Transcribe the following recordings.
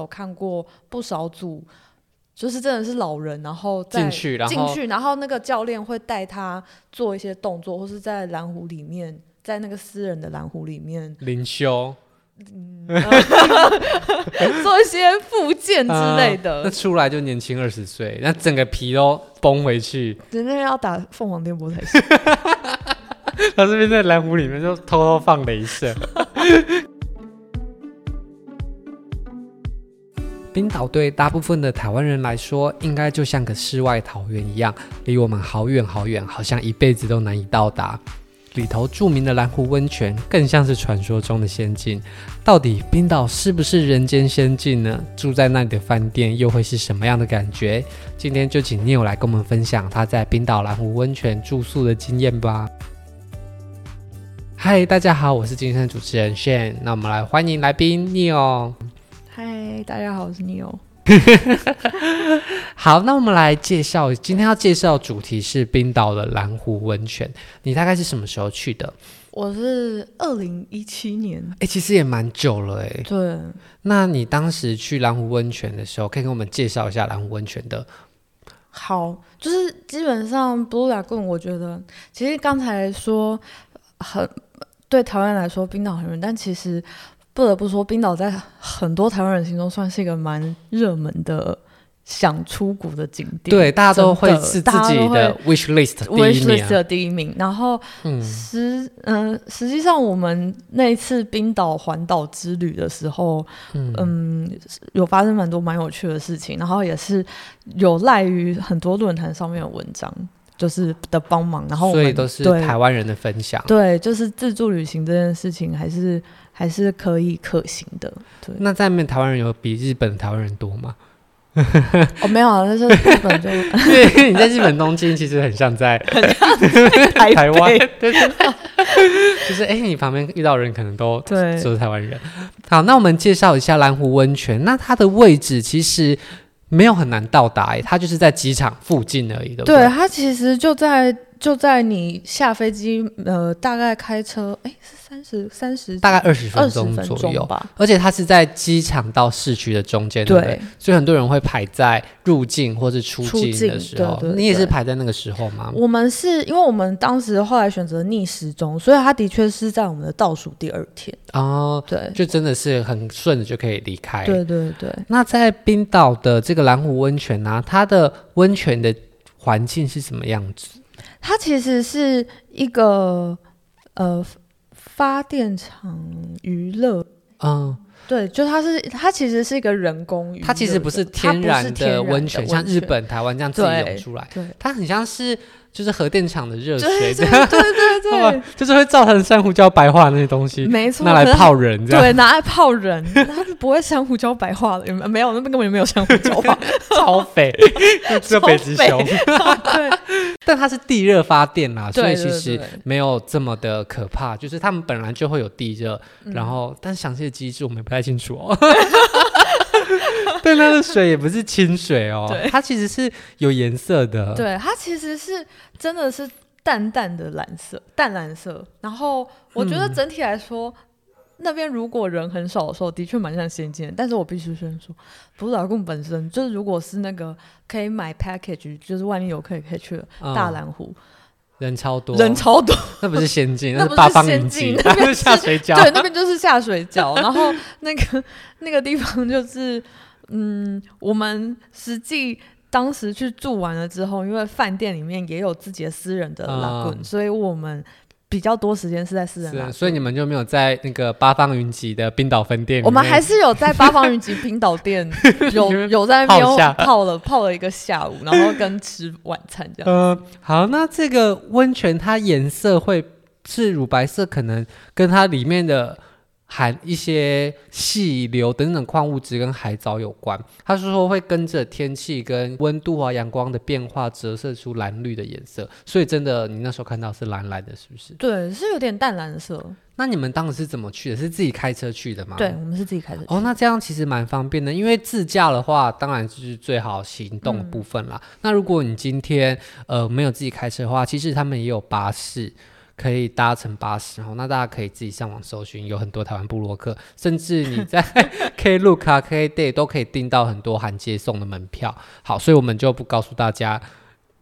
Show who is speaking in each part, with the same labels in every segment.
Speaker 1: 有看过不少组，就是真的是老人，然后在
Speaker 2: 进去，然
Speaker 1: 进
Speaker 2: 后
Speaker 1: 去，然后那个教练会带他做一些动作，或是在蓝湖里面，在那个私人的蓝湖里 面
Speaker 2: 灵修
Speaker 1: 做一些复健之类
Speaker 2: 那
Speaker 1: 的。
Speaker 2: 出来就年轻二十岁，那整个皮都崩回去。
Speaker 1: 人家要打凤凰电波才行。
Speaker 2: 他这边在蓝湖里面就偷偷放镭射。 冰岛对大部分的台湾人来说，应该就像个世外桃源一样，离我们好远好远，好像一辈子都难以到达。里头著名的蓝湖温泉更像是传说中的仙境。到底冰岛是不是人间仙境呢？住在那里的饭店又会是什么样的感觉？今天就请 Neil 来跟我们分享他在冰岛蓝湖温泉住宿的经验吧。嗨，大家好，我是今天的主持人 Shane。那我们来欢迎来宾 Neil。
Speaker 1: 嗨，大家好，我是 Neo。
Speaker 2: 好，那我们来介绍今天要介绍主题是冰岛的蓝湖温泉。你大概是什么时候去的？
Speaker 1: 我是二零一七年，
Speaker 2: 哎、其实也蛮久了哎、
Speaker 1: 对，
Speaker 2: 那你当时去蓝湖温泉的时候，可以跟我们介绍一下蓝湖温泉的
Speaker 1: 好，就是基本上 Blue Lagoon，我觉得其实刚才说很对台湾来说冰岛很远，但其实不得不说，冰岛在很多台湾人心中算是一个蛮热门的想出国的景点。
Speaker 2: 对，大家都会
Speaker 1: 真的
Speaker 2: 是自
Speaker 1: 大家
Speaker 2: 己
Speaker 1: 都会
Speaker 2: 的 wish list 第一
Speaker 1: wish
Speaker 2: 名
Speaker 1: list
Speaker 2: 啊。
Speaker 1: 的第一名。然后
Speaker 2: 嗯
Speaker 1: 实嗯、实际上我们那一次冰岛环岛之旅的时候，嗯有发生蛮多蛮有趣的事情，然后也是有赖于很多论坛上面的文章，就是的帮忙，然后我
Speaker 2: 所
Speaker 1: 们
Speaker 2: 以都是
Speaker 1: 对
Speaker 2: 台湾人的分享。
Speaker 1: 对，就是自助旅行这件事情还是还是可以可行的。对，
Speaker 2: 那在面台湾人有比日本台湾人多吗？
Speaker 1: 哦，没有啊，但是日本就
Speaker 2: 因为你在日本东京，其实很像在
Speaker 1: 台
Speaker 2: 台 湾
Speaker 1: 北，
Speaker 2: 对，真的 就是哎、你旁边遇到人可能都
Speaker 1: 对
Speaker 2: 都是台湾人。好，那我们介绍一下蓝湖温泉。那它的位置其实没有很难到达、哎，它就是在机场附近而已，对不
Speaker 1: 对，它其实就在就在你下飞机，呃，大概开车，哎，是三十三十，
Speaker 2: 大概二十
Speaker 1: 二
Speaker 2: 分
Speaker 1: 十
Speaker 2: 钟
Speaker 1: 分
Speaker 2: 左
Speaker 1: 钟
Speaker 2: 右。
Speaker 1: 吧。
Speaker 2: 而且它是在机场到市区的中间，对不对
Speaker 1: 对，
Speaker 2: 所以很多人会排在入境或是出
Speaker 1: 出
Speaker 2: 境的
Speaker 1: 境
Speaker 2: 时
Speaker 1: 对
Speaker 2: 候。
Speaker 1: 对
Speaker 2: 你也是
Speaker 1: 对
Speaker 2: 排在那个时候吗？
Speaker 1: 我们是因为我们当时后来选择逆时钟，所以它的确是在我们的倒数第二天。
Speaker 2: 哦，
Speaker 1: 对，
Speaker 2: 就真的是很顺的就可以离开。
Speaker 1: 对对对，
Speaker 2: 那在冰岛的这个蓝湖温泉呢、它的温泉的环境是什么样子？
Speaker 1: 它其实是一个呃发电厂娱乐。
Speaker 2: 嗯，
Speaker 1: 对，就它是它其实是一个人工娱乐的，
Speaker 2: 它其实不是天
Speaker 1: 它
Speaker 2: 然
Speaker 1: 不是天然
Speaker 2: 的
Speaker 1: 的
Speaker 2: 温泉，像日
Speaker 1: 温
Speaker 2: 本、台湾这样自己
Speaker 1: 对
Speaker 2: 涌出来，
Speaker 1: 对
Speaker 2: 它很像是就是核电厂的热水，
Speaker 1: 对对对对
Speaker 2: 好
Speaker 1: 对
Speaker 2: 吧就是会造成珊瑚礁白化那些东
Speaker 1: 对，
Speaker 2: 西，
Speaker 1: 没错，
Speaker 2: 拿来
Speaker 1: 可是它
Speaker 2: 泡人这样，
Speaker 1: 对，拿来泡人，他就不会珊瑚礁白化了，有没有没有，那边根本就没有珊瑚礁吧？
Speaker 2: 超 肥，就只有北极
Speaker 1: 超
Speaker 2: 熊
Speaker 1: 肥。对
Speaker 2: 但它是地热发电啦，所
Speaker 1: 对
Speaker 2: 以其
Speaker 1: 对
Speaker 2: 实
Speaker 1: 对
Speaker 2: 没有这么的可怕。就是他们本来就会有地热，
Speaker 1: 嗯
Speaker 2: 然后但详细的机制我们也不太清楚哦。 但它的水也不是清水哦
Speaker 1: 对，
Speaker 2: 它其实是有颜色的。，
Speaker 1: 对，它其实是真的是淡淡的蓝色，淡蓝色。然后我觉得
Speaker 2: 嗯
Speaker 1: 整体来说，那边如果人很少的时候，的确蛮像仙境的。但是我必须先说，普老贡本身就是，如果是那个可以买 package，就是外面游客也可以去的
Speaker 2: 嗯啊
Speaker 1: 大蓝湖，
Speaker 2: 人超多，
Speaker 1: 人超多，
Speaker 2: 那不是仙 境，
Speaker 1: 那
Speaker 2: 是
Speaker 1: 不是
Speaker 2: 八方云
Speaker 1: 仙
Speaker 2: 集
Speaker 1: 境，
Speaker 2: 它
Speaker 1: 那边
Speaker 2: 是下水 饺。
Speaker 1: 对，那边就是下水饺，然后那个那个地方就是，嗯，我们实际当时去住完了之后，因为饭店里面也有自己的私人的拉棍、
Speaker 2: 嗯
Speaker 1: 所以我们比较多时间是在私人拉
Speaker 2: 是，
Speaker 1: 棍。
Speaker 2: 所以你们就没有在那个八方云集的冰岛分店里面？
Speaker 1: 我们还是有在八方云集冰岛 店有有在那
Speaker 2: 泡一下
Speaker 1: 边泡了泡了一个下午，然后跟吃晚餐这样。
Speaker 2: 呃，好，那这个温泉它颜色会是乳白色，可能跟它里面的含一些细硫等等矿物质跟海藻有关。他是说会跟着天气跟温度啊、阳光的变化折射出蓝绿的颜色，所以真的你那时候看到是蓝蓝的，是不是？
Speaker 1: 对，是有点淡蓝色。
Speaker 2: 那你们当时是怎么去的？是自己开车去的吗？
Speaker 1: 对，。我们是自己开的。
Speaker 2: 哦，那这样其实蛮方便的，因为自驾的话，当然就是最好行动的
Speaker 1: 嗯
Speaker 2: 部分啦。那如果你今天呃没有自己开车的话，其实他们也有巴士可以搭乘巴士，然后那大家可以自己上网搜寻，有很多台湾部落客，甚至你 在 Klook 啊、Kday 都可以订到很多含接送的门票。好，所以我们就不告诉大家，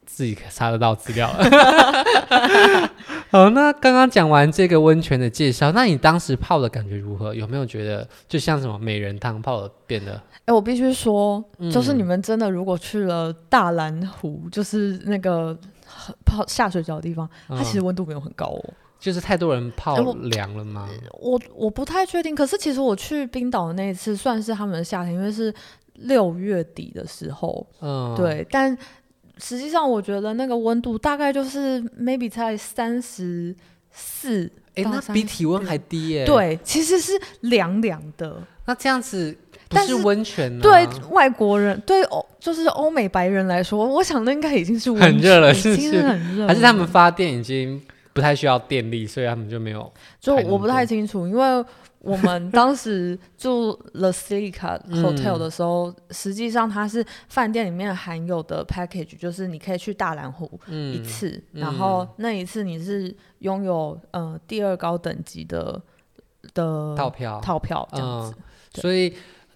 Speaker 2: 自己查得到资料了。 好，那刚刚讲完这个温泉的介绍，那你当时泡的感觉如何？有没有觉得就像什么美人汤泡的变得？
Speaker 1: 哎、我必须说，就是
Speaker 2: 嗯
Speaker 1: 你们真的如果去了大蓝湖，就是那个泡下水饺的地方，它其实
Speaker 2: 嗯、
Speaker 1: 温度没有很高哦。
Speaker 2: 就是太多人泡
Speaker 1: 哎我
Speaker 2: 凉了吗？
Speaker 1: 我我不太确定，可是其实我去冰岛的那一次算是他们的夏天，因为是六月底的时候，
Speaker 2: 嗯，，
Speaker 1: 呃对，但。实际上，我觉得那个温度大概就是 maybe 在三十四，
Speaker 2: 哎、
Speaker 1: 到
Speaker 2: 那
Speaker 1: 三
Speaker 2: 比
Speaker 1: 十
Speaker 2: 体温还低耶、，
Speaker 1: 对，其实是凉凉的。
Speaker 2: 那这样子不
Speaker 1: 但
Speaker 2: 是
Speaker 1: 是
Speaker 2: 温泉、啊，
Speaker 1: 对外国人，对欧就是欧美白人来说，我想那应该已经是温
Speaker 2: 很热了
Speaker 1: 泉
Speaker 2: 是
Speaker 1: 已
Speaker 2: 不
Speaker 1: 经
Speaker 2: 是
Speaker 1: 很热了，
Speaker 2: 还是他们发电已经不太需要电力，所以他们就没有。
Speaker 1: 就
Speaker 2: 排那么
Speaker 1: 我不太
Speaker 2: 多
Speaker 1: 清楚，因为我们当时住 La Silica
Speaker 2: 嗯
Speaker 1: Hotel 的时候，实际上它是饭店里面含有的 package，就是你可以去大蓝湖
Speaker 2: 嗯，
Speaker 1: 一次，
Speaker 2: 嗯
Speaker 1: 然后那一次你是拥有呃第二高等级的的
Speaker 2: 套票，嗯
Speaker 1: 套票这样子。对
Speaker 2: 所以。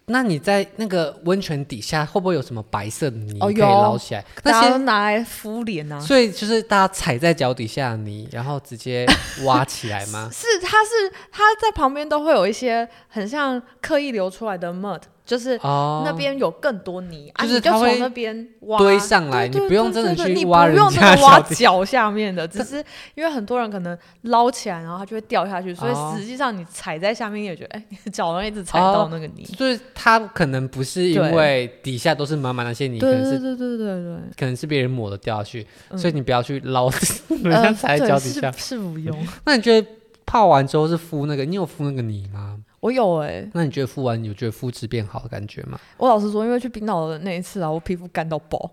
Speaker 2: 那你在那个温泉底下会不会有什么白色的泥
Speaker 1: 哦
Speaker 2: 可以
Speaker 1: 有
Speaker 2: 捞起来？
Speaker 1: 大家
Speaker 2: 那
Speaker 1: 都
Speaker 2: 些，
Speaker 1: 拿来敷脸啊，
Speaker 2: 所以就是大家踩在脚底下的泥，然后直接挖起来吗？
Speaker 1: 是，它是它在旁边都会有一些很像刻意流出来的 mud，就是
Speaker 2: 哦，
Speaker 1: 那边有更多泥，啊，
Speaker 2: 就是
Speaker 1: 你就
Speaker 2: 它会
Speaker 1: 从那边挖
Speaker 2: 堆上
Speaker 1: 对
Speaker 2: 来你
Speaker 1: 对
Speaker 2: 不用
Speaker 1: 对
Speaker 2: 真的
Speaker 1: 对对
Speaker 2: 去
Speaker 1: 你
Speaker 2: 挖
Speaker 1: 不
Speaker 2: 人
Speaker 1: 用真
Speaker 2: 家
Speaker 1: 的挖
Speaker 2: 脚底
Speaker 1: 脚下面 的，只是因为很多人可能捞起来，然后它就会掉下去，所
Speaker 2: 哦
Speaker 1: 以实际上你踩在下面也觉得，哎，你的脚好像一直踩到那个泥。
Speaker 2: 就是它可能不是因
Speaker 1: 对
Speaker 2: 为底下都是满满那些泥，可
Speaker 1: 对
Speaker 2: 能
Speaker 1: 对
Speaker 2: 是
Speaker 1: 对对对对
Speaker 2: 可能是别人抹的掉下去，
Speaker 1: 嗯
Speaker 2: 所以你不要去捞， 人
Speaker 1: 对，
Speaker 2: 家
Speaker 1: 呃
Speaker 2: 踩在
Speaker 1: 对
Speaker 2: 脚底下
Speaker 1: 是。是不用。
Speaker 2: 那你觉得泡完之后是敷那个？你有敷那个泥吗？
Speaker 1: 我有哎，
Speaker 2: 那你觉得敷完有觉得肤质变好的感觉吗？
Speaker 1: 我老实说，因为去冰岛的那一次啊，我皮肤干到爆，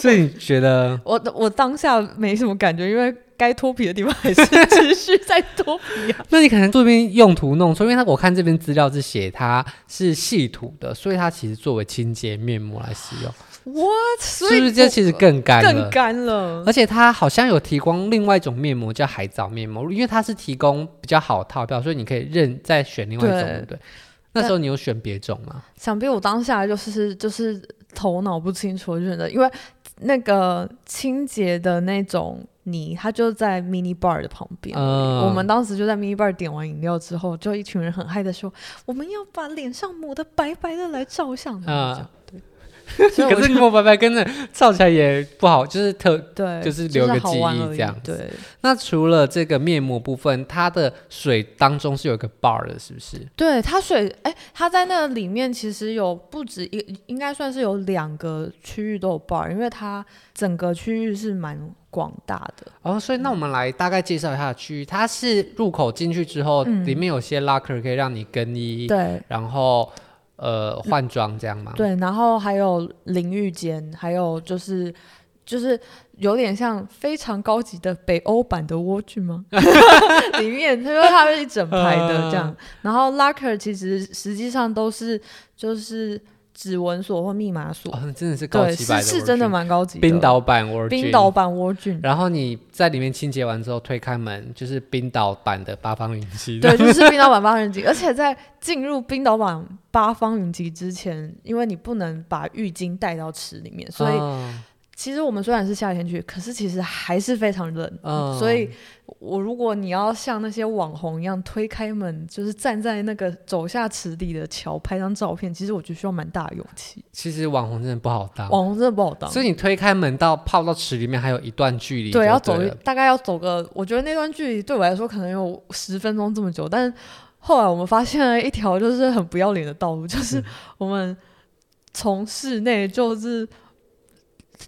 Speaker 2: 所以你觉得
Speaker 1: 我我当下没什么感觉，因为该脱皮的地方还是持 续在脱皮啊。
Speaker 2: 那你可能这边用途弄错，因为它我看这边资料是写它是细涂的，所以它其实作为清洁面膜来使用，
Speaker 1: What？所以
Speaker 2: 是不是这
Speaker 1: 我
Speaker 2: 其实更干了？
Speaker 1: 更干了？
Speaker 2: 而且它好像有提供另外一种面膜叫海藻面膜，因为它是提供比较好的套票，所以你可以任再选另外一种，
Speaker 1: 对
Speaker 2: 对不对？那时候你有选别种吗？
Speaker 1: 想必我当下就是就是头脑不清楚，我就觉得因为那个清洁的那种泥，它就在 mini bar 的旁边。
Speaker 2: 嗯
Speaker 1: 呃我们当时就在 mini bar 点完饮料之后，就一群人很嗨的说：“我们要把脸上抹的白白的来照相。”
Speaker 2: 啊
Speaker 1: 啊，对，所以我
Speaker 2: 可是
Speaker 1: 就
Speaker 2: 你抹白白跟着照起来也不好，就是特。
Speaker 1: 对，
Speaker 2: 就是留个
Speaker 1: 好玩
Speaker 2: 记忆
Speaker 1: 而已
Speaker 2: 这样子
Speaker 1: 对
Speaker 2: 那除了这个面膜部分，它的水当中是有一个 bar 的，是不是？
Speaker 1: 对，它水哎、它在那里面其实有不止一，应该算是有两个区域都有 bar，因为它整个区域是蛮广大的。
Speaker 2: 哦，所以那我们来大概介绍一下区域，它是入口进去之后，
Speaker 1: 嗯
Speaker 2: 里面有些 locker 可以让你更衣，
Speaker 1: 对，
Speaker 2: 然后呃换装这样吗？
Speaker 1: 对，然后还有淋浴间，还有就是就是有点像非常高级的北欧版的蜗苣吗？ 里面它因为它是一整排
Speaker 2: 嗯
Speaker 1: 的这样，然后 locker 其实实际上都是就是指纹锁或密码锁，
Speaker 2: 哦，真的是高
Speaker 1: 对，
Speaker 2: 级
Speaker 1: 是
Speaker 2: 版的
Speaker 1: 是真的
Speaker 2: Virgin？
Speaker 1: 蛮高级的。
Speaker 2: 冰岛版 Virgin，
Speaker 1: 冰岛版蜗苣，
Speaker 2: 然后你在里面清洁完之后推开门，就是冰岛版的八方云集。
Speaker 1: 对，就是冰岛版八方云集。而且在进入冰岛版八方云集之前，因为你不能把浴巾带到池里面，所以
Speaker 2: 嗯
Speaker 1: 其实我们虽然是夏天去，可是其实还是非常冷。
Speaker 2: 嗯
Speaker 1: 所以，我如果你要像那些网红一样推开门，就是站在那个走下池底的桥拍张照片，其实我觉得需要蛮大的勇气。
Speaker 2: 其实网红真的不好当，
Speaker 1: 网红真的不好当，
Speaker 2: 啊所以你推开门到泡到池里面还有一段距离就
Speaker 1: 对，
Speaker 2: 对啊了，
Speaker 1: 要走一大概要走个，我觉得那段距离对我来说可能有十分钟这么久，但后来我们发现了一条就是很不要脸的道路，
Speaker 2: 嗯
Speaker 1: 就是我们从室内就是。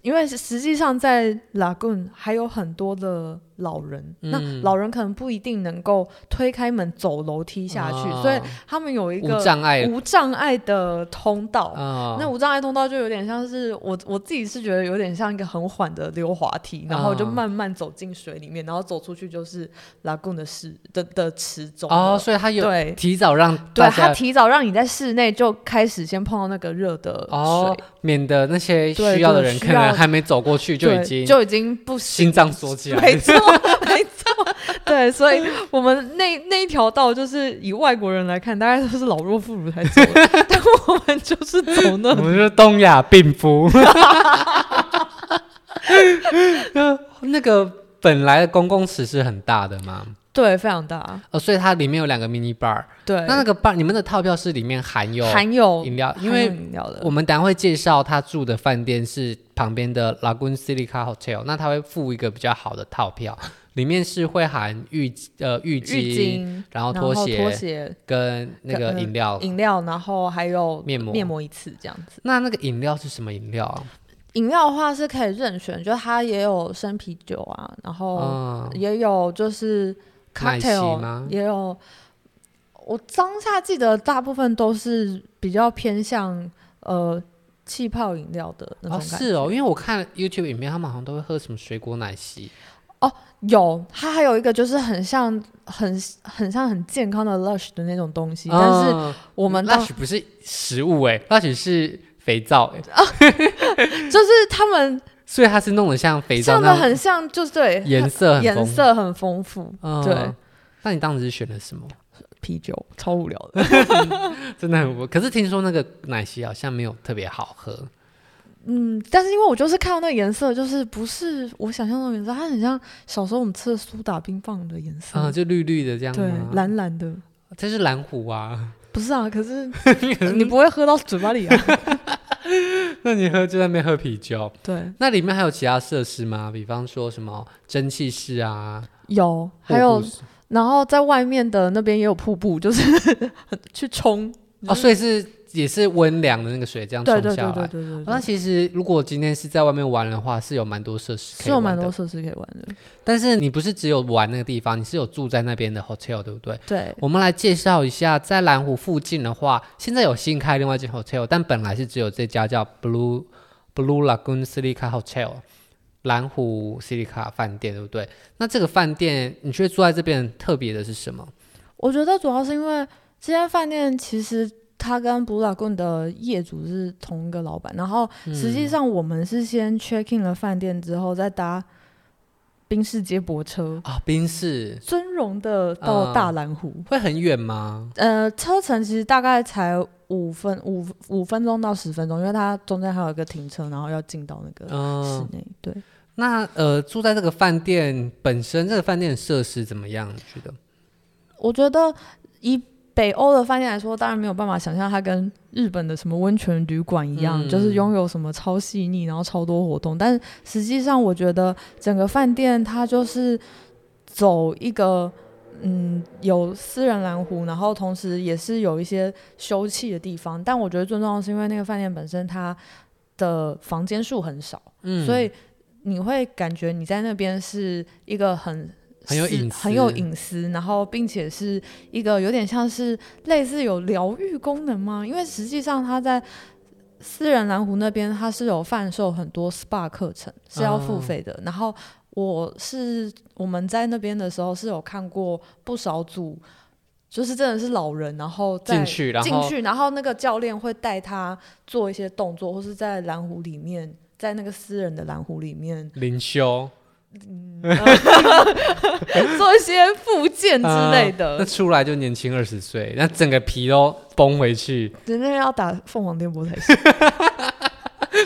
Speaker 1: 因为实际上在 Lagoon 还有很多的老人，那
Speaker 2: 嗯
Speaker 1: 老人可能不一定能够推开门走楼梯下去，
Speaker 2: 哦
Speaker 1: 所以他们有一个
Speaker 2: 无障碍
Speaker 1: 无障碍的通道。
Speaker 2: 啊
Speaker 1: 那无障碍通道就有点像是我我自己是觉得有点像一个很缓的溜滑梯，然
Speaker 2: 嗯
Speaker 1: 后就慢慢走进水里面，然后走出去就是拉贡的市的的池中了
Speaker 2: 哦，所以它有
Speaker 1: 对
Speaker 2: 提早让
Speaker 1: 对，
Speaker 2: 大
Speaker 1: 它
Speaker 2: 家
Speaker 1: 提早让你在室内就开始先碰到那个热的水，
Speaker 2: 哦，免得那些
Speaker 1: 对
Speaker 2: 需要的
Speaker 1: 对
Speaker 2: 人
Speaker 1: 需
Speaker 2: 可
Speaker 1: 要
Speaker 2: 能还没走过去就
Speaker 1: 对
Speaker 2: 已经
Speaker 1: 就已经不行，
Speaker 2: 心脏缩起来
Speaker 1: 没
Speaker 2: 了。
Speaker 1: 错没错。对，所以我们那那一条道就是以外国人来看，大概都是老弱妇孺才走的， 但我们就是走那
Speaker 2: 我们是东亚病夫。 那那个本来的公共池是很大的嘛，
Speaker 1: 对非常大，
Speaker 2: 呃，所以它里面有两个 mini bar。
Speaker 1: 对，
Speaker 2: 那那个 bar，你们的套票是里面含有
Speaker 1: 含有
Speaker 2: 饮料，因
Speaker 1: 含有
Speaker 2: 为
Speaker 1: 饮料的
Speaker 2: 我们等一下会介绍他住的饭店是旁边的 Lagoon Silica Hotel，那他会附一个比较好的套票，里面是会含浴呃浴巾，
Speaker 1: 浴巾，
Speaker 2: 然后
Speaker 1: 然
Speaker 2: 拖
Speaker 1: 后
Speaker 2: 鞋
Speaker 1: 拖鞋、
Speaker 2: 跟那个
Speaker 1: 跟呃
Speaker 2: 饮料。
Speaker 1: 饮料，然后还有
Speaker 2: 面膜
Speaker 1: 面膜一次这样子。
Speaker 2: 那那个饮料是什么饮料啊？
Speaker 1: 饮料的话是可以任选，就它也有生啤酒啊，然后
Speaker 2: 哦，
Speaker 1: 也有就是
Speaker 2: 奶昔
Speaker 1: cocktail，
Speaker 2: 吗
Speaker 1: 也有。我当下记得大部分都是比较偏向呃气泡饮料的那种
Speaker 2: 哦
Speaker 1: 感觉。
Speaker 2: 是哦，因为我看 YouTube 影片，他们好像都会喝什么水果奶昔。
Speaker 1: 有它还有一个就是很像很很像很健康的 Lush 的那种东西，但是
Speaker 2: 嗯
Speaker 1: 我们当
Speaker 2: Lush 不是食物哎、l u s h 是肥皂哎、
Speaker 1: 啊就是他们
Speaker 2: 所以它是弄得像肥皂
Speaker 1: 像的
Speaker 2: 那
Speaker 1: 很像，就是对
Speaker 2: 种颜色很
Speaker 1: 颜
Speaker 2: 丰富。
Speaker 1: 色很丰富，
Speaker 2: 嗯
Speaker 1: 对，
Speaker 2: 那你当时选了什么？
Speaker 1: 啤酒超无聊的。
Speaker 2: 真的很无，可是听说那个奶昔好像没有特别好喝，
Speaker 1: 嗯，但是因为我就是看到那个颜色，就是不是我想象中的颜色，它很像小时候我们吃的苏打冰棒的颜色，
Speaker 2: 嗯、就绿绿的这样
Speaker 1: 对，
Speaker 2: 吗？
Speaker 1: 蓝蓝的。
Speaker 2: 这是蓝湖啊，
Speaker 1: 不是啊，可是你不会喝到嘴巴里啊。
Speaker 2: 那你喝就在那边喝啤酒。
Speaker 1: 对，
Speaker 2: 那里面还有其他设施吗？比方说什么蒸汽室啊，
Speaker 1: 有，还
Speaker 2: 或
Speaker 1: 有
Speaker 2: 者是
Speaker 1: 然后在外面的那边也有瀑布，就是 去冲。
Speaker 2: 哦，所以是也是温凉的那个水这样冲
Speaker 1: 对对
Speaker 2: 下
Speaker 1: 对
Speaker 2: 来
Speaker 1: 对。对对
Speaker 2: 哦那
Speaker 1: 对，
Speaker 2: 其实如果今天是在外面玩的话，是有蛮多设施可
Speaker 1: 是
Speaker 2: 以
Speaker 1: 有
Speaker 2: 玩的。
Speaker 1: 蛮多设施可以玩的。
Speaker 2: 但是你不是只有玩那个地方，你是有住在那边的 hotel，对不对？
Speaker 1: 对，
Speaker 2: 我们来介绍一下，在蓝湖附近的话，现在有新开另外一间 hotel，但本来是只有这家叫 Blue Blue Lagoon Silica Hotel，蓝湖 Silica 饭店，对不对？那这个饭店，你觉得住在这边特别的是什么？
Speaker 1: 我觉得主要是因为这间饭店其实它跟布拉贡的业主是同一个老板，然后实际上我们是先 check in 了饭店之后再搭宾士接驳车，
Speaker 2: 啊，冰室
Speaker 1: 尊荣的到
Speaker 2: 嗯
Speaker 1: 大蓝湖。
Speaker 2: 会很远吗？
Speaker 1: 呃，车程其实大概才五分五五分钟到十分钟，因为它中间还有一个停车，然后要进到那个室
Speaker 2: 嗯，
Speaker 1: 内。对，
Speaker 2: 那呃，住在这个饭店本身，这个饭店的设施怎么样？你觉得？
Speaker 1: 我觉得以北欧的饭店来说，当然没有办法想象它跟日本的什么温泉旅馆一样，
Speaker 2: 嗯
Speaker 1: 就是拥有什么超细腻，然后超多活动。但实际上，我觉得整个饭店它就是走一个。嗯，有私人蓝湖，然后同时也是有一些休憩的地方。但我觉得最重要的是，因为那个饭店本身它的房间数很少，
Speaker 2: 嗯，
Speaker 1: 所以你会感觉你在那边是一个很
Speaker 2: 很有
Speaker 1: 私
Speaker 2: 隐
Speaker 1: 很有
Speaker 2: 私
Speaker 1: 隐私，然后并且是一个有点像是类似有疗愈功能吗？因为实际上它在私人蓝湖那边，它是有贩售很多 SPA 课程是要付
Speaker 2: 哦
Speaker 1: 费的，然后。我是我们在那边的时候是有看过不少组，就是真的是老人，然后在
Speaker 2: 进去，然
Speaker 1: 进
Speaker 2: 后
Speaker 1: 去，然后那个教练会带他做一些动作，或是在蓝湖里面，在那个私人的蓝湖里 面
Speaker 2: 灵修
Speaker 1: 做一些复健之类
Speaker 2: 啊
Speaker 1: 的
Speaker 2: 那，出来就年轻二十岁，那整个皮都崩回去。
Speaker 1: 人家要打凤凰电波才行。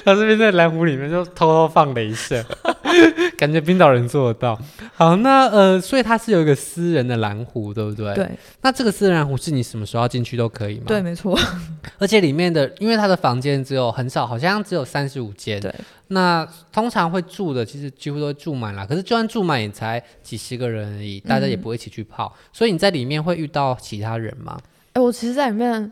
Speaker 2: 他这边在蓝湖里面就偷偷放镭射， 感觉冰岛人做得到。好，那呃，所以它是有一个私人的蓝湖，对不对？。
Speaker 1: 对
Speaker 2: 那这个私人蓝湖是你什么时候要进去都可以吗？
Speaker 1: 对，。没错，
Speaker 2: 而且里面的，因为它的房间只有很少，好像只有三十五间。
Speaker 1: 对。
Speaker 2: 那通常会住的，其实几乎都会住满了。可是就算住满，也才几十个人而已，大家也
Speaker 1: 嗯
Speaker 2: 不会一起去泡。所以你在里面会遇到其他人吗？
Speaker 1: 哎、我其实在里面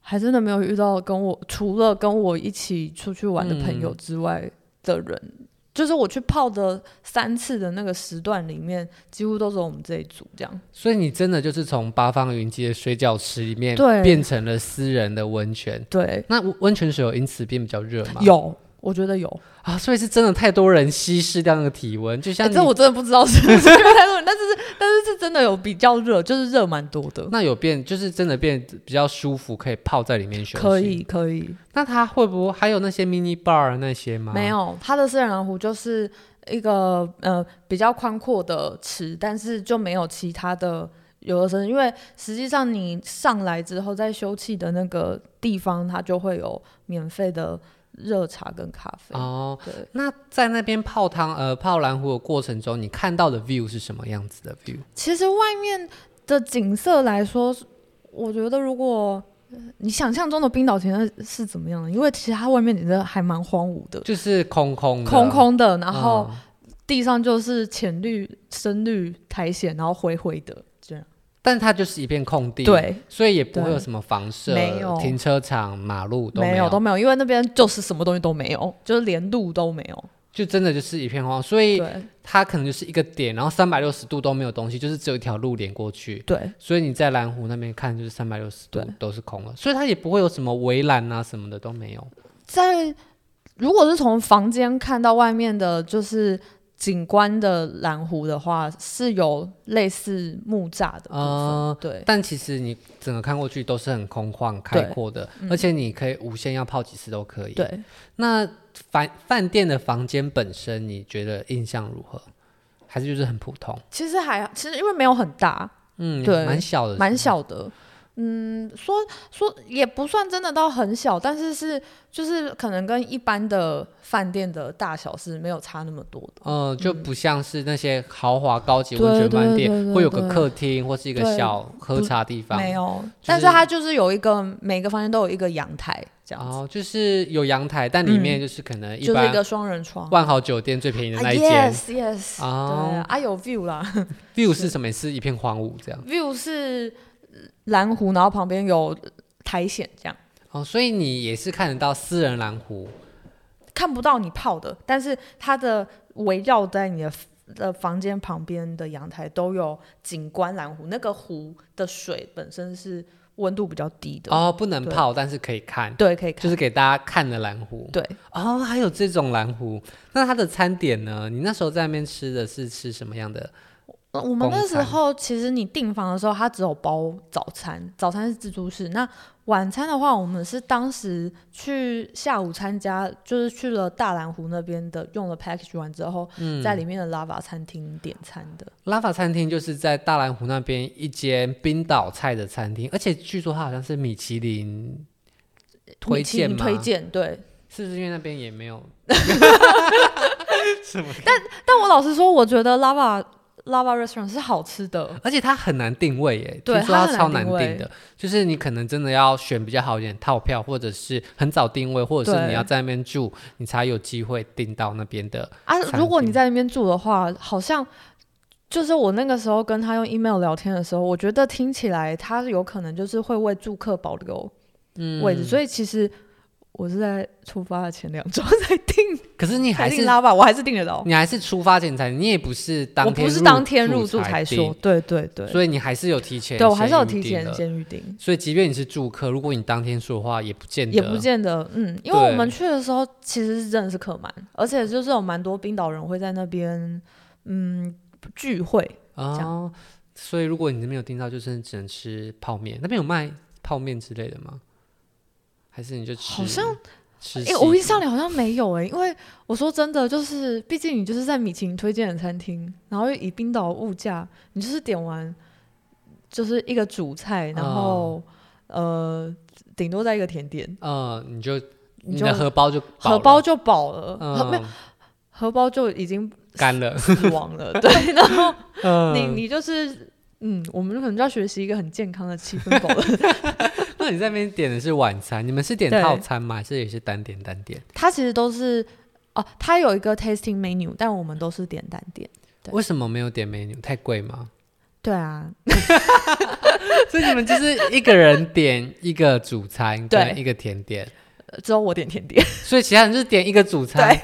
Speaker 1: 还真的没有遇到跟我除了跟我一起出去玩的朋友之外的人，就是我去泡的三次的那个时段里面，几乎都是我们这一组这样。
Speaker 2: 所以你真的就是从八方云集的水饺池里面
Speaker 1: 对
Speaker 2: 变成了私人的温泉。
Speaker 1: 对，
Speaker 2: 那温温泉水有因此变比较热吗？
Speaker 1: 有，我觉得有。
Speaker 2: 啊，所以是真的太多人稀释掉那个体温，就
Speaker 1: 哎、
Speaker 2: 像你、
Speaker 1: 这我真的不知道是不是因为太多人，但是是但是是真的有比较热，就是热蛮多的，
Speaker 2: 那有变，就是真的变比较舒服，可以泡在里面休息。
Speaker 1: 可。以可以，
Speaker 2: 那它会不会还有那些 mini bar 那些吗？
Speaker 1: 没。有它的私人蓝湖就是一个呃比较宽阔的池，但是就没有其他的游乐设施，因为实际上你上来之后，在休憩的那个地方，它就会有免费的热茶跟咖啡。
Speaker 2: 哦，
Speaker 1: 对，
Speaker 2: 那在那边泡汤呃泡蓝湖的过程中，你看到的 view 是什么样子的 view？
Speaker 1: 其实外面的景色来说，我觉得如果呃你想象中的冰岛景色是怎么样的，因为其实它外面景色还蛮荒芜的，
Speaker 2: 就是空空的啊
Speaker 1: 空，空的，然后
Speaker 2: 嗯
Speaker 1: 地上就是浅绿、深绿苔藓，然后灰灰的这样。
Speaker 2: 但它就是一片空地，，
Speaker 1: 对，
Speaker 2: 所以也不会有
Speaker 1: 对
Speaker 2: 什么房舍、
Speaker 1: 没有
Speaker 2: 停车场、马路都
Speaker 1: 没
Speaker 2: 有，
Speaker 1: 都没有，因为那边就是什么东西都没有，就是连路都没有。
Speaker 2: 就真的就是一片荒，所以
Speaker 1: 对
Speaker 2: 它可能就是一个点，然后三百六十度都没有东西，就是只有一条路连过去。
Speaker 1: 对，
Speaker 2: 所以你在蓝湖那边看，就是三百六十度
Speaker 1: 对
Speaker 2: 都是空了，所以它也不会有什么围栏啊什么的都没有。
Speaker 1: 在如果是从房间看到外面的，就是景观的蓝湖的话，是有类似木栅的部分。
Speaker 2: 嗯
Speaker 1: 对
Speaker 2: 但其实你整个看过去都是很空旷、开
Speaker 1: 对嗯
Speaker 2: 阔的，而且你可以无限要泡几次都可以。，
Speaker 1: 对，
Speaker 2: 那饭饭店的房间本身，你觉得印象如何？还是就是很普通？
Speaker 1: 其实还其实因为没有很大，
Speaker 2: 嗯，
Speaker 1: 对
Speaker 2: 蛮小的，
Speaker 1: 蛮。小的。嗯，说说也不算真的到很小，但是是就是可能跟一般的饭店的大小是没有差那么多的。
Speaker 2: 嗯，就不像是那些豪华高级
Speaker 1: 对
Speaker 2: 温泉饭
Speaker 1: 对对
Speaker 2: 店
Speaker 1: 对
Speaker 2: 会有个
Speaker 1: 对
Speaker 2: 客厅或是一个
Speaker 1: 对
Speaker 2: 小喝茶地方，
Speaker 1: 没有，
Speaker 2: 是
Speaker 1: 但是它就是有一个每个房间都有一个阳台这样子，
Speaker 2: 哦，就是有阳台，但里面就是可能一
Speaker 1: 嗯就是一
Speaker 2: 般
Speaker 1: 个双人床。
Speaker 2: 万豪酒店最便宜的
Speaker 1: 啊
Speaker 2: 那一间
Speaker 1: yes yes，、对
Speaker 2: 哦
Speaker 1: 啊，有 view 啦
Speaker 2: ，view 是什么？也是一片荒芜这样
Speaker 1: ，view 是蓝湖，然后旁边有苔藓这样，
Speaker 2: 哦，所以你也是看得到私人蓝湖
Speaker 1: 看不到你泡的，但是它的围绕在你的 f- 的房间旁边的阳台都有景观蓝湖，那个湖的水本身是温度比较低的，
Speaker 2: 哦，不能
Speaker 1: 对
Speaker 2: 泡，但是可以看，
Speaker 1: 对，可以看，
Speaker 2: 就是给大家看的蓝湖
Speaker 1: 对，
Speaker 2: 哦，还有这种蓝湖。那它的餐点呢？你那时候在那边吃的是吃什么样的？
Speaker 1: 呃我们
Speaker 2: 供
Speaker 1: 那时
Speaker 2: 餐
Speaker 1: 候其实你订房的时候，它只有包早餐，早餐是自助式。那晚餐的话，我们是当时去下午参加，就是去了大蓝湖那边的，用了 package 完之后，在里面的 lava 餐厅点餐的。
Speaker 2: 拉法餐厅就是在大蓝湖那边一间冰岛菜的餐厅，而且据说它好像是米其林推
Speaker 1: 米其
Speaker 2: 荐
Speaker 1: 林
Speaker 2: 吗？
Speaker 1: 推荐对。
Speaker 2: 是不是因为那边也没有？什么？
Speaker 1: 但我老实说，我觉得 lava lava restaurant 是好吃的。
Speaker 2: 而且它很难定位耶，
Speaker 1: 对
Speaker 2: 听说
Speaker 1: 它
Speaker 2: 它
Speaker 1: 很难
Speaker 2: 超难
Speaker 1: 定位
Speaker 2: 定的，就是你可能真的要选比较好一点的套票，或者是很早定位，或者是
Speaker 1: 对
Speaker 2: 你要在那边住，你才有机会订到那边的。
Speaker 1: 啊
Speaker 2: 餐，
Speaker 1: 如果你
Speaker 2: 厅
Speaker 1: 在那边住的话，好像就是我那个时候跟他用 email 聊天的时候，我觉得听起来他有可能就是会为住客保留
Speaker 2: 嗯
Speaker 1: 位置，所以其实我是在出发的前两周才订，
Speaker 2: 可是你还
Speaker 1: 才
Speaker 2: 是
Speaker 1: 订拉吧，我还是订得到，
Speaker 2: 你还是出发前才，你也不是当
Speaker 1: 我
Speaker 2: 天
Speaker 1: 不是当天
Speaker 2: 入
Speaker 1: 入住才说
Speaker 2: 定，，
Speaker 1: 对对对，
Speaker 2: 所以你还是有提前，
Speaker 1: 对我还是有提前
Speaker 2: 的。
Speaker 1: 先预定。
Speaker 2: 所以即便你是住客，如果你当天说的话，也不见得
Speaker 1: 也不见得，嗯，因为
Speaker 2: 对
Speaker 1: 我们去的时候其实是真的是客满，而且就是有蛮多冰岛人会在那边，嗯，聚会，这
Speaker 2: 哦。所以如果你没有订到，就是只能吃泡面。那边有卖泡面之类的吗？还是你就吃？
Speaker 1: 好像
Speaker 2: 吃
Speaker 1: 哎、
Speaker 2: 西
Speaker 1: 我印
Speaker 2: 餐
Speaker 1: 象里好像没有哎、因为我说真的，就是毕竟你就是在米其林推荐的餐厅，然后又以冰岛的物价，你就是点完就是一个主菜，然后、
Speaker 2: 嗯
Speaker 1: 呃，顶多再一个甜点，
Speaker 2: 呃，你就
Speaker 1: 你
Speaker 2: 你
Speaker 1: 就
Speaker 2: 的荷包就饱
Speaker 1: 荷
Speaker 2: 了
Speaker 1: 包就饱了，荷没有
Speaker 2: 嗯
Speaker 1: 荷包就已经
Speaker 2: 干了，
Speaker 1: 死亡了，对，然后 你
Speaker 2: 嗯，
Speaker 1: 你就是。嗯，我们可能就要学习一个很健康的气氛饱了。
Speaker 2: 那你在那边点的是晚餐，你们是点
Speaker 1: 对
Speaker 2: 套餐吗？还是也是单点单点？
Speaker 1: 它其实都是哦，它有一个 tasting menu，但我们都是点单点。对
Speaker 2: 为什么没有点 menu？太贵吗？
Speaker 1: 对啊，
Speaker 2: 所以你们就是一个人点一个主餐
Speaker 1: 对
Speaker 2: 跟一个甜点，
Speaker 1: 呃只有我点甜点。
Speaker 2: 所以其他人就是点一个主餐
Speaker 1: 对。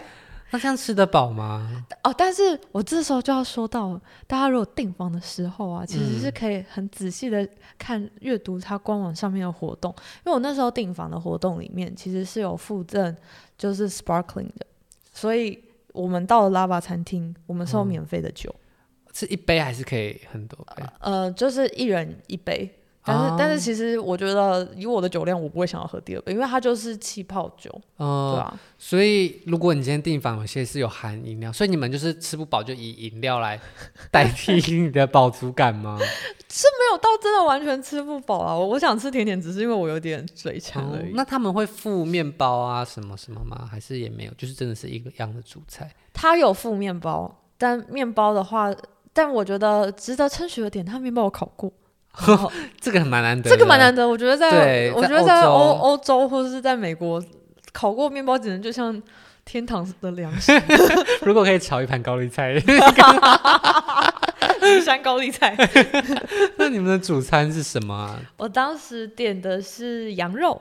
Speaker 2: 那这样吃得饱吗？
Speaker 1: 哦，但是我这时候就要说到，大家如果订房的时候啊，其实是
Speaker 2: 嗯
Speaker 1: 可以很仔细的看阅读它官网上面的活动，因为我那时候订房的活动里面其实是有附赠就是 sparkling 的，所以我们到了拉巴餐厅，我们
Speaker 2: 嗯
Speaker 1: 是有免费的酒，
Speaker 2: 是一杯还是可以很多杯？
Speaker 1: 呃呃，就是一人一杯，但是、
Speaker 2: 哦
Speaker 1: 但是其实我觉得以我的酒量，我不会想要喝第二杯，因为它就是气泡酒，
Speaker 2: 嗯、
Speaker 1: 对啊，
Speaker 2: 所以如果你今天订房，有些是有含饮料，所以你们就是吃不饱就以饮料来代替你的饱足感 吗？
Speaker 1: 没有到真的完全吃不饱啊。我我想吃甜点，只是因为我有点嘴馋
Speaker 2: 哦
Speaker 1: 而已。
Speaker 2: 那他们会附面包啊什么什么吗？还是也没有？就是真的是一个样的主菜。
Speaker 1: 它有附面包，但面包的话，但我觉得值得称许的点，它面包有烤 过。然后
Speaker 2: 这个很蛮难得的，
Speaker 1: 这个蛮难得，我觉得在
Speaker 2: 对，
Speaker 1: 我
Speaker 2: 在
Speaker 1: 觉得在
Speaker 2: 欧
Speaker 1: 欧欧
Speaker 2: 洲
Speaker 1: 洲或者是在美国，烤过面包简直就像天堂的粮食，
Speaker 2: 如果可以炒一盘高丽菜，
Speaker 1: 山高丽菜。
Speaker 2: 那你们的主餐是什么啊？
Speaker 1: 我当时点的是羊肉、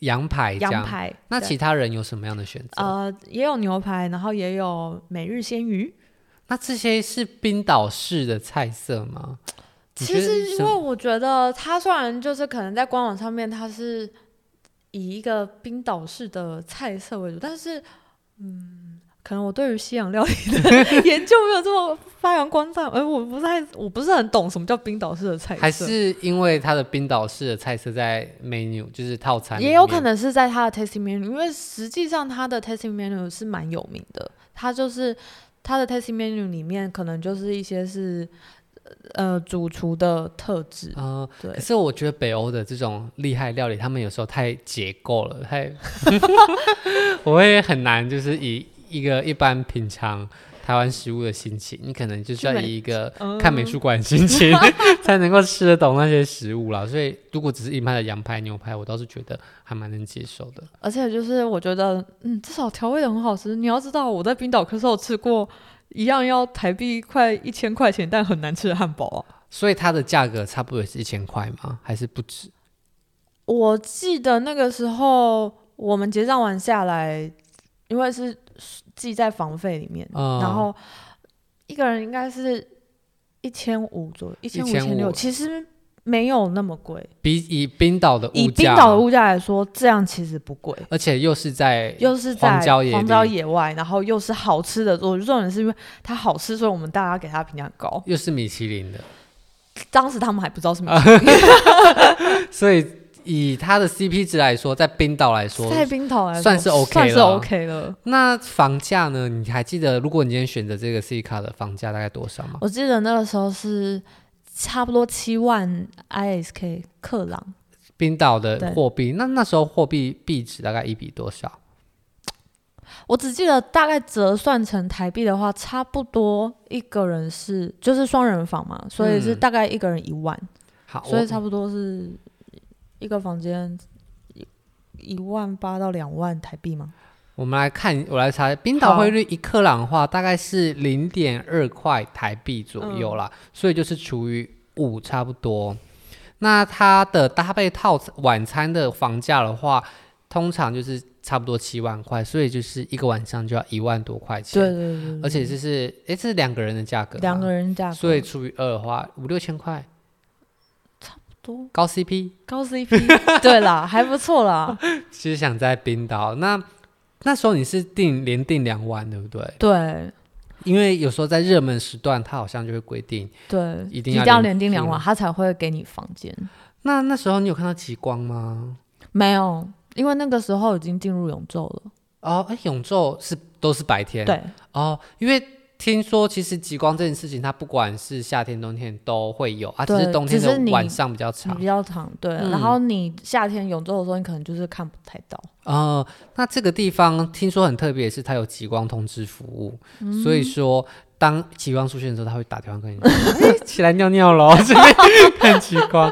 Speaker 2: 羊排这
Speaker 1: 羊
Speaker 2: 样。
Speaker 1: 排，
Speaker 2: 那
Speaker 1: 对
Speaker 2: 其他人有什么样的选择？
Speaker 1: 呃也有牛排，然后也有每日鲜鱼。
Speaker 2: 那这些是冰岛式的菜色吗？你
Speaker 1: 其
Speaker 2: 觉得
Speaker 1: 实，
Speaker 2: 什
Speaker 1: 因为我觉得它虽然就是可能在官网上面它是以一个冰岛式的菜色为主，但是，嗯，可能我对于西洋料理的 研究没有这么发扬光大，而我不太，我不是很懂什么叫冰岛式的菜色，
Speaker 2: 还是因为它的冰岛式的菜色在 menu 就是套餐里面，
Speaker 1: 也有可能是在它的 tasting menu，因为实际上它的 tasting menu 是蛮有名的，它就是它的 tasting menu 里面可能就是一些是呃主厨的特质，
Speaker 2: 嗯、
Speaker 1: 对
Speaker 2: 可。是我觉得北欧的这种厉害料理，他们有时候太结构了，太， 我会很难就是以一个一般品尝台湾食物的心情，你可能就是要
Speaker 1: 去美
Speaker 2: 以一个
Speaker 1: 嗯
Speaker 2: 看美术馆的心情 才能够吃得懂那些食物啦。所以如果只是一般的羊排、牛排，我倒是觉得还蛮能接受的。
Speaker 1: 而且就是我觉得，嗯，至少调味的很好吃。你要知道，我在冰岛可是有吃过一样要台币快一千块钱但很难吃的汉堡啊。
Speaker 2: 所以它的价格差不多也是一千块吗？还是不止？
Speaker 1: 我记得那个时候我们结账完下来，因为是记在房费里面，
Speaker 2: 嗯
Speaker 1: 然后一个人应该是一千五左右，一千五、一千
Speaker 2: 1500
Speaker 1: 六，其实没有那么贵。
Speaker 2: 比以冰岛的
Speaker 1: 以
Speaker 2: 物
Speaker 1: 冰
Speaker 2: 价，
Speaker 1: 岛的物价来说，这样其实不贵。
Speaker 2: 而且又是在
Speaker 1: 又是在
Speaker 2: 荒郊野
Speaker 1: 荒郊
Speaker 2: 地
Speaker 1: 野外，然后又是好吃的，我觉得重点是因为它好吃，所以我们大家给它评价很高。
Speaker 2: 又是米其林的，
Speaker 1: 当时他们还不知道 什么，
Speaker 2: 所以以它的 CP 值来说，在冰岛来说，
Speaker 1: 在冰岛来说
Speaker 2: 算是 OK
Speaker 1: 算是
Speaker 2: 了啊
Speaker 1: OK 了。
Speaker 2: 那房价呢？你还记得，如果你今天选择这个 C 卡的房价大概多少吗？
Speaker 1: 我记得那个时候是差不多七万 ISK 克朗，
Speaker 2: 冰岛的
Speaker 1: 对
Speaker 2: 货币，那那时候货币币值大概一比多少？
Speaker 1: 我只记得大概折算成台币的话，差不多一个人是就是双人房嘛，所以是
Speaker 2: 嗯
Speaker 1: 大概一个人一万，
Speaker 2: 好，
Speaker 1: 所以
Speaker 2: 我
Speaker 1: 差不多是一个房间一一万八到两万台币吗？
Speaker 2: 我们来看，我来查冰岛
Speaker 1: 好
Speaker 2: 汇率一克朗的话，大概是零点二块台币左右
Speaker 1: 嗯
Speaker 2: 啦，所以就是除以五差不多。那它的搭配套餐晚餐的房价的话，通常就是差不多七万块，所以就是一个晚上就要一万多块钱。
Speaker 1: 对对对对
Speaker 2: 而且这是诶，这是两个人的价格吗，
Speaker 1: 两个人价格，
Speaker 2: 所以除以二的话，五六千块，
Speaker 1: 多
Speaker 2: 高 CP。
Speaker 1: 高 CP，对啦，还不错啦。
Speaker 2: 其实想在冰岛，那那时候你是订连订两晚，对不对？
Speaker 1: 对
Speaker 2: 因为有时候在热门时段，它好像就会规定。
Speaker 1: 对，
Speaker 2: 一
Speaker 1: 一
Speaker 2: 定要
Speaker 1: 要
Speaker 2: 连
Speaker 1: 连订两
Speaker 2: 订
Speaker 1: 晚，他才会给你房间。
Speaker 2: 那那时候你有看到极光吗？
Speaker 1: 没有，因为那个时候已经进入永昼了。
Speaker 2: 哦，哎，永昼是都是白天。。
Speaker 1: 对，
Speaker 2: 哦，因为听说其实极光这件事情，它不管是夏天冬天都会有啊，只
Speaker 1: 对
Speaker 2: 是冬天
Speaker 1: 只是
Speaker 2: 的
Speaker 1: 你
Speaker 2: 晚上比较
Speaker 1: 你
Speaker 2: 长
Speaker 1: 比。较长，对。
Speaker 2: 嗯
Speaker 1: 然后你夏天永昼的时候，你可能就是看不太到。
Speaker 2: 哦，那这个地方听说很特别，是它有极光通知服务，
Speaker 1: 嗯
Speaker 2: 所以说当极光出现的时候，它会打电话 跟你说哎：“起来尿尿喽， 这边看极光。”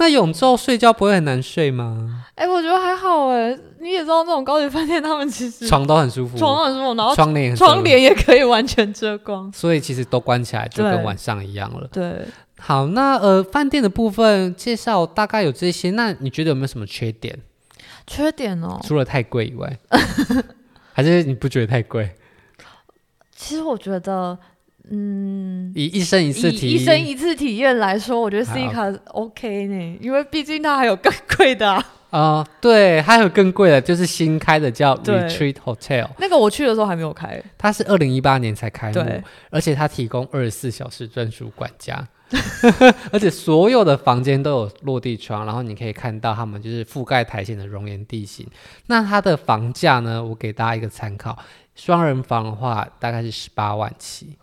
Speaker 2: 那永昼睡觉不会很难睡吗？
Speaker 1: 哎，我觉得还好哎，你也知道那种高级饭店，他们其实
Speaker 2: 床都很舒服，
Speaker 1: 床很舒服，然后
Speaker 2: 窗帘也很舒服
Speaker 1: 窗帘也可以完全遮光。
Speaker 2: 所以其实都关起来就跟
Speaker 1: 对
Speaker 2: 晚上一样了。
Speaker 1: 对，
Speaker 2: 好，那呃，饭店的部分介绍大概有这些。那你觉得有没有什么缺点？
Speaker 1: 缺点哦，
Speaker 2: 除了太贵以外， 还是你不觉得太贵？
Speaker 1: 其实我觉得，嗯，
Speaker 2: 以一生一次
Speaker 1: 以
Speaker 2: 提
Speaker 1: 一生一次体验来说，我觉得
Speaker 2: 还
Speaker 1: C 卡 OK 呢，因为毕竟它还有更贵的、啊。
Speaker 2: 啊、对，还有更贵的，就是新开的叫
Speaker 1: 对
Speaker 2: Retreat Hotel，
Speaker 1: 那个我去的时候还没有开，
Speaker 2: 它是二零一八年才开幕
Speaker 1: 对，
Speaker 2: 而且它提供二十四小时专属管家， 而且所有的房间都有落地窗，然后你可以看到他们就是覆盖苔藓的熔岩地形。那它的房价呢？我给大家一个参考，双人房的话大概是十八万起，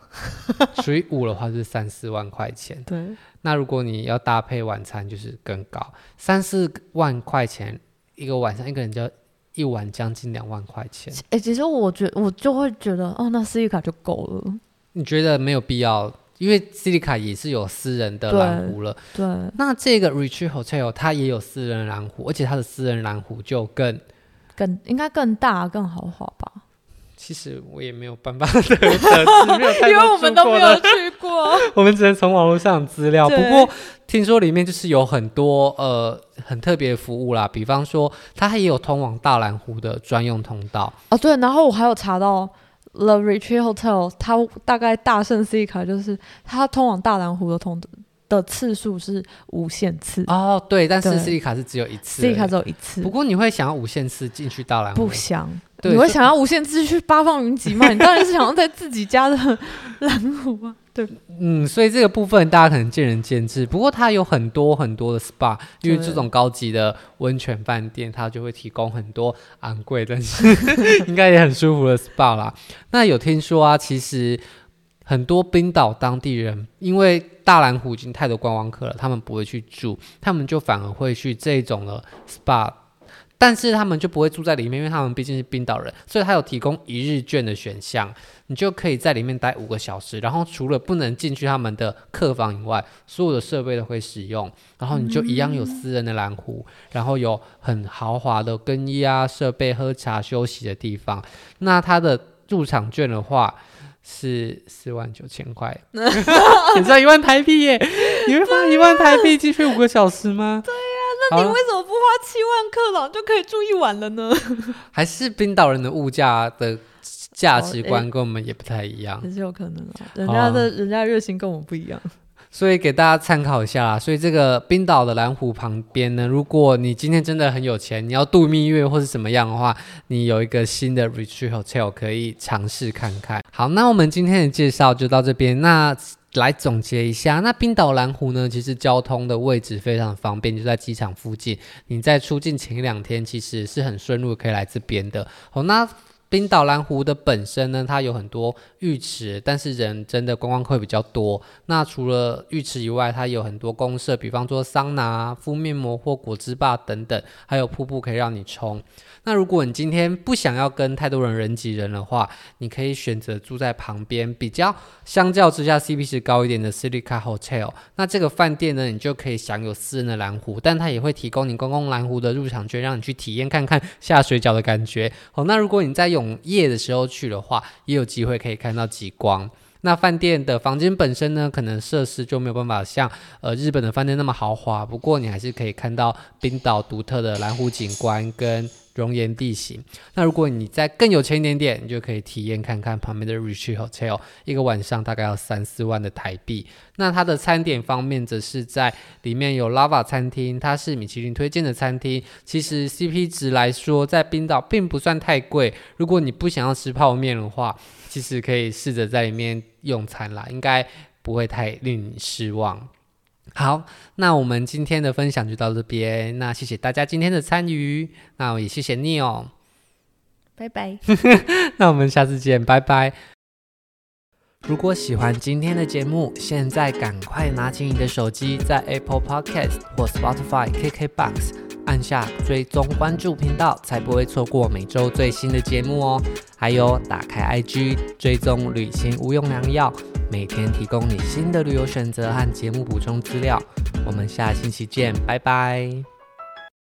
Speaker 2: 除以五的话就是三四万块钱。
Speaker 1: 对，
Speaker 2: 那如果你要搭配晚餐，就是更高，三四万块钱一个晚上，一个人就要一晚将近两万块钱。
Speaker 1: 哎、其实我觉我就会觉得，哦，那斯丽卡就够了。
Speaker 2: 你觉得没有必要？因为斯里卡也是有私人的蓝湖了，
Speaker 1: 对，
Speaker 2: 那这个 Retreat Hotel 它也有私人蓝湖，而且它的私人蓝湖就更……
Speaker 1: 更应该更大更豪华吧，
Speaker 2: 其实我也没有办法得得知，没 有
Speaker 1: 因
Speaker 2: 太多
Speaker 1: 为我们都
Speaker 2: 出
Speaker 1: 没
Speaker 2: 国
Speaker 1: 有
Speaker 2: 的，
Speaker 1: 去过。
Speaker 2: 我们只能从网络上资料。不
Speaker 1: 对
Speaker 2: 过听说里面就是有很多呃很特别的服务啦，比方说它也有通往大蓝湖的专用通道，
Speaker 1: 哦，对，然后我还有查到 The Retreat Hotel，它大概大圣 C 卡就是它通往大蓝湖的通的次数是无限次
Speaker 2: 哦，对，但是
Speaker 1: 对
Speaker 2: 斯里卡是只有一次而
Speaker 1: ，C
Speaker 2: 已，
Speaker 1: 卡只有一次
Speaker 2: 不，过你会想要无限次进去大蓝湖
Speaker 1: 不？想。
Speaker 2: 对
Speaker 1: 你会
Speaker 2: 所以
Speaker 1: 想要无限次去八方云 集吗？你当然是想要在自己家的蓝湖啊，对，
Speaker 2: 嗯，所以这个部分大家可能见仁见智。不过它有很多很多的 SPA，因为
Speaker 1: 对
Speaker 2: 这种高级的温泉饭店，它就会提供很多昂贵但是 应该也很舒服的 SPA 啦。那有听说啊，其实很多冰岛当地人，因为大蓝湖已经太多观光客了，他们不会去住，他们就反而会去这种的 SPA。但是他们就不会住在里面，因为他们毕竟是冰岛人，所以他有提供一日券的选项。你就可以在里面待五个小时，然后除了不能进去他们的客房以外，所有的设备都会使用，然后你就一样有私人的蓝湖，然后有很豪华的更衣啊、设备、喝茶、休息的地方。那它的入场券的话是四万九千 块，也算一万台币耶！你会
Speaker 1: 啊
Speaker 2: 花一万台币进去五个小时吗？对呀、
Speaker 1: 你为什么不花七万克朗就可以住一晚了呢？
Speaker 2: 还是冰岛人的物价的价值
Speaker 1: 哦诶
Speaker 2: 观跟我们也不太一样。
Speaker 1: 也是有可能啊，人家的、人家月薪跟我们不一样。
Speaker 2: 所以给大家参考一下啦。所以这个冰岛的蓝湖旁边呢，如果你今天真的很有钱，你要度蜜月或是怎么样的话，你有一个新的 retreat hotel 可以尝试看看。好，那我们今天的介绍就到这边。那来总结一下，那冰岛蓝湖呢，其实交通的位置非常方便，就在机场附近。你在出境前一两天其实是很顺路可以来这边的。好，那冰岛蓝湖的本身呢，它有很多浴池，但是人真的观光客比较多，那除了浴池以外，它有很多公社，比方说桑拿啊、敷面膜或果汁吧等等，还有瀑布可以让你冲。那如果你今天不想要跟太多人人挤人的话，你可以选择住在旁边比较相较之下 CP 值高一点的 Silica Hotel。那这个饭店呢，你就可以享有私人的蓝湖，但它也会提供你公共蓝湖的入场券，让你去体验看看下水饺的感觉。好，那如果你在永夜的时候去的话，也有机会可以看到极光。那饭店的房间本身呢，可能设施就没有办法像呃日本的饭店那么豪华，不过你还是可以看到冰岛独特的蓝湖景观跟熔岩地形。那如果你再更有钱一点点，你就可以体验看看旁边的 Retreat Hotel，一个晚上大概要三四万的台币。那它的餐点方面，则是在里面有 Lava 餐厅，它是米其林推荐的餐厅，其实 CP 值来说，在冰岛并不算太贵。如果你不想要吃泡面的话，其实可以试着在里面用餐啦，应该不会太令你失望。好，那我们今天的分享就到这边，那谢谢大家今天的参与，那我也谢谢 n e o
Speaker 1: 拜拜。
Speaker 2: 那我们下次见，拜拜。如果喜欢今天的节目，现在赶快拿起你的手机，在 Apple Podcast 或 Spotify、KKBox 按下追踪关注频道，才不会错过每周最新的节目哦。还有，打开 IG 追踪旅行无用良药，每天提供你新的旅游选择和节目补充资料。我们下星期见，拜拜。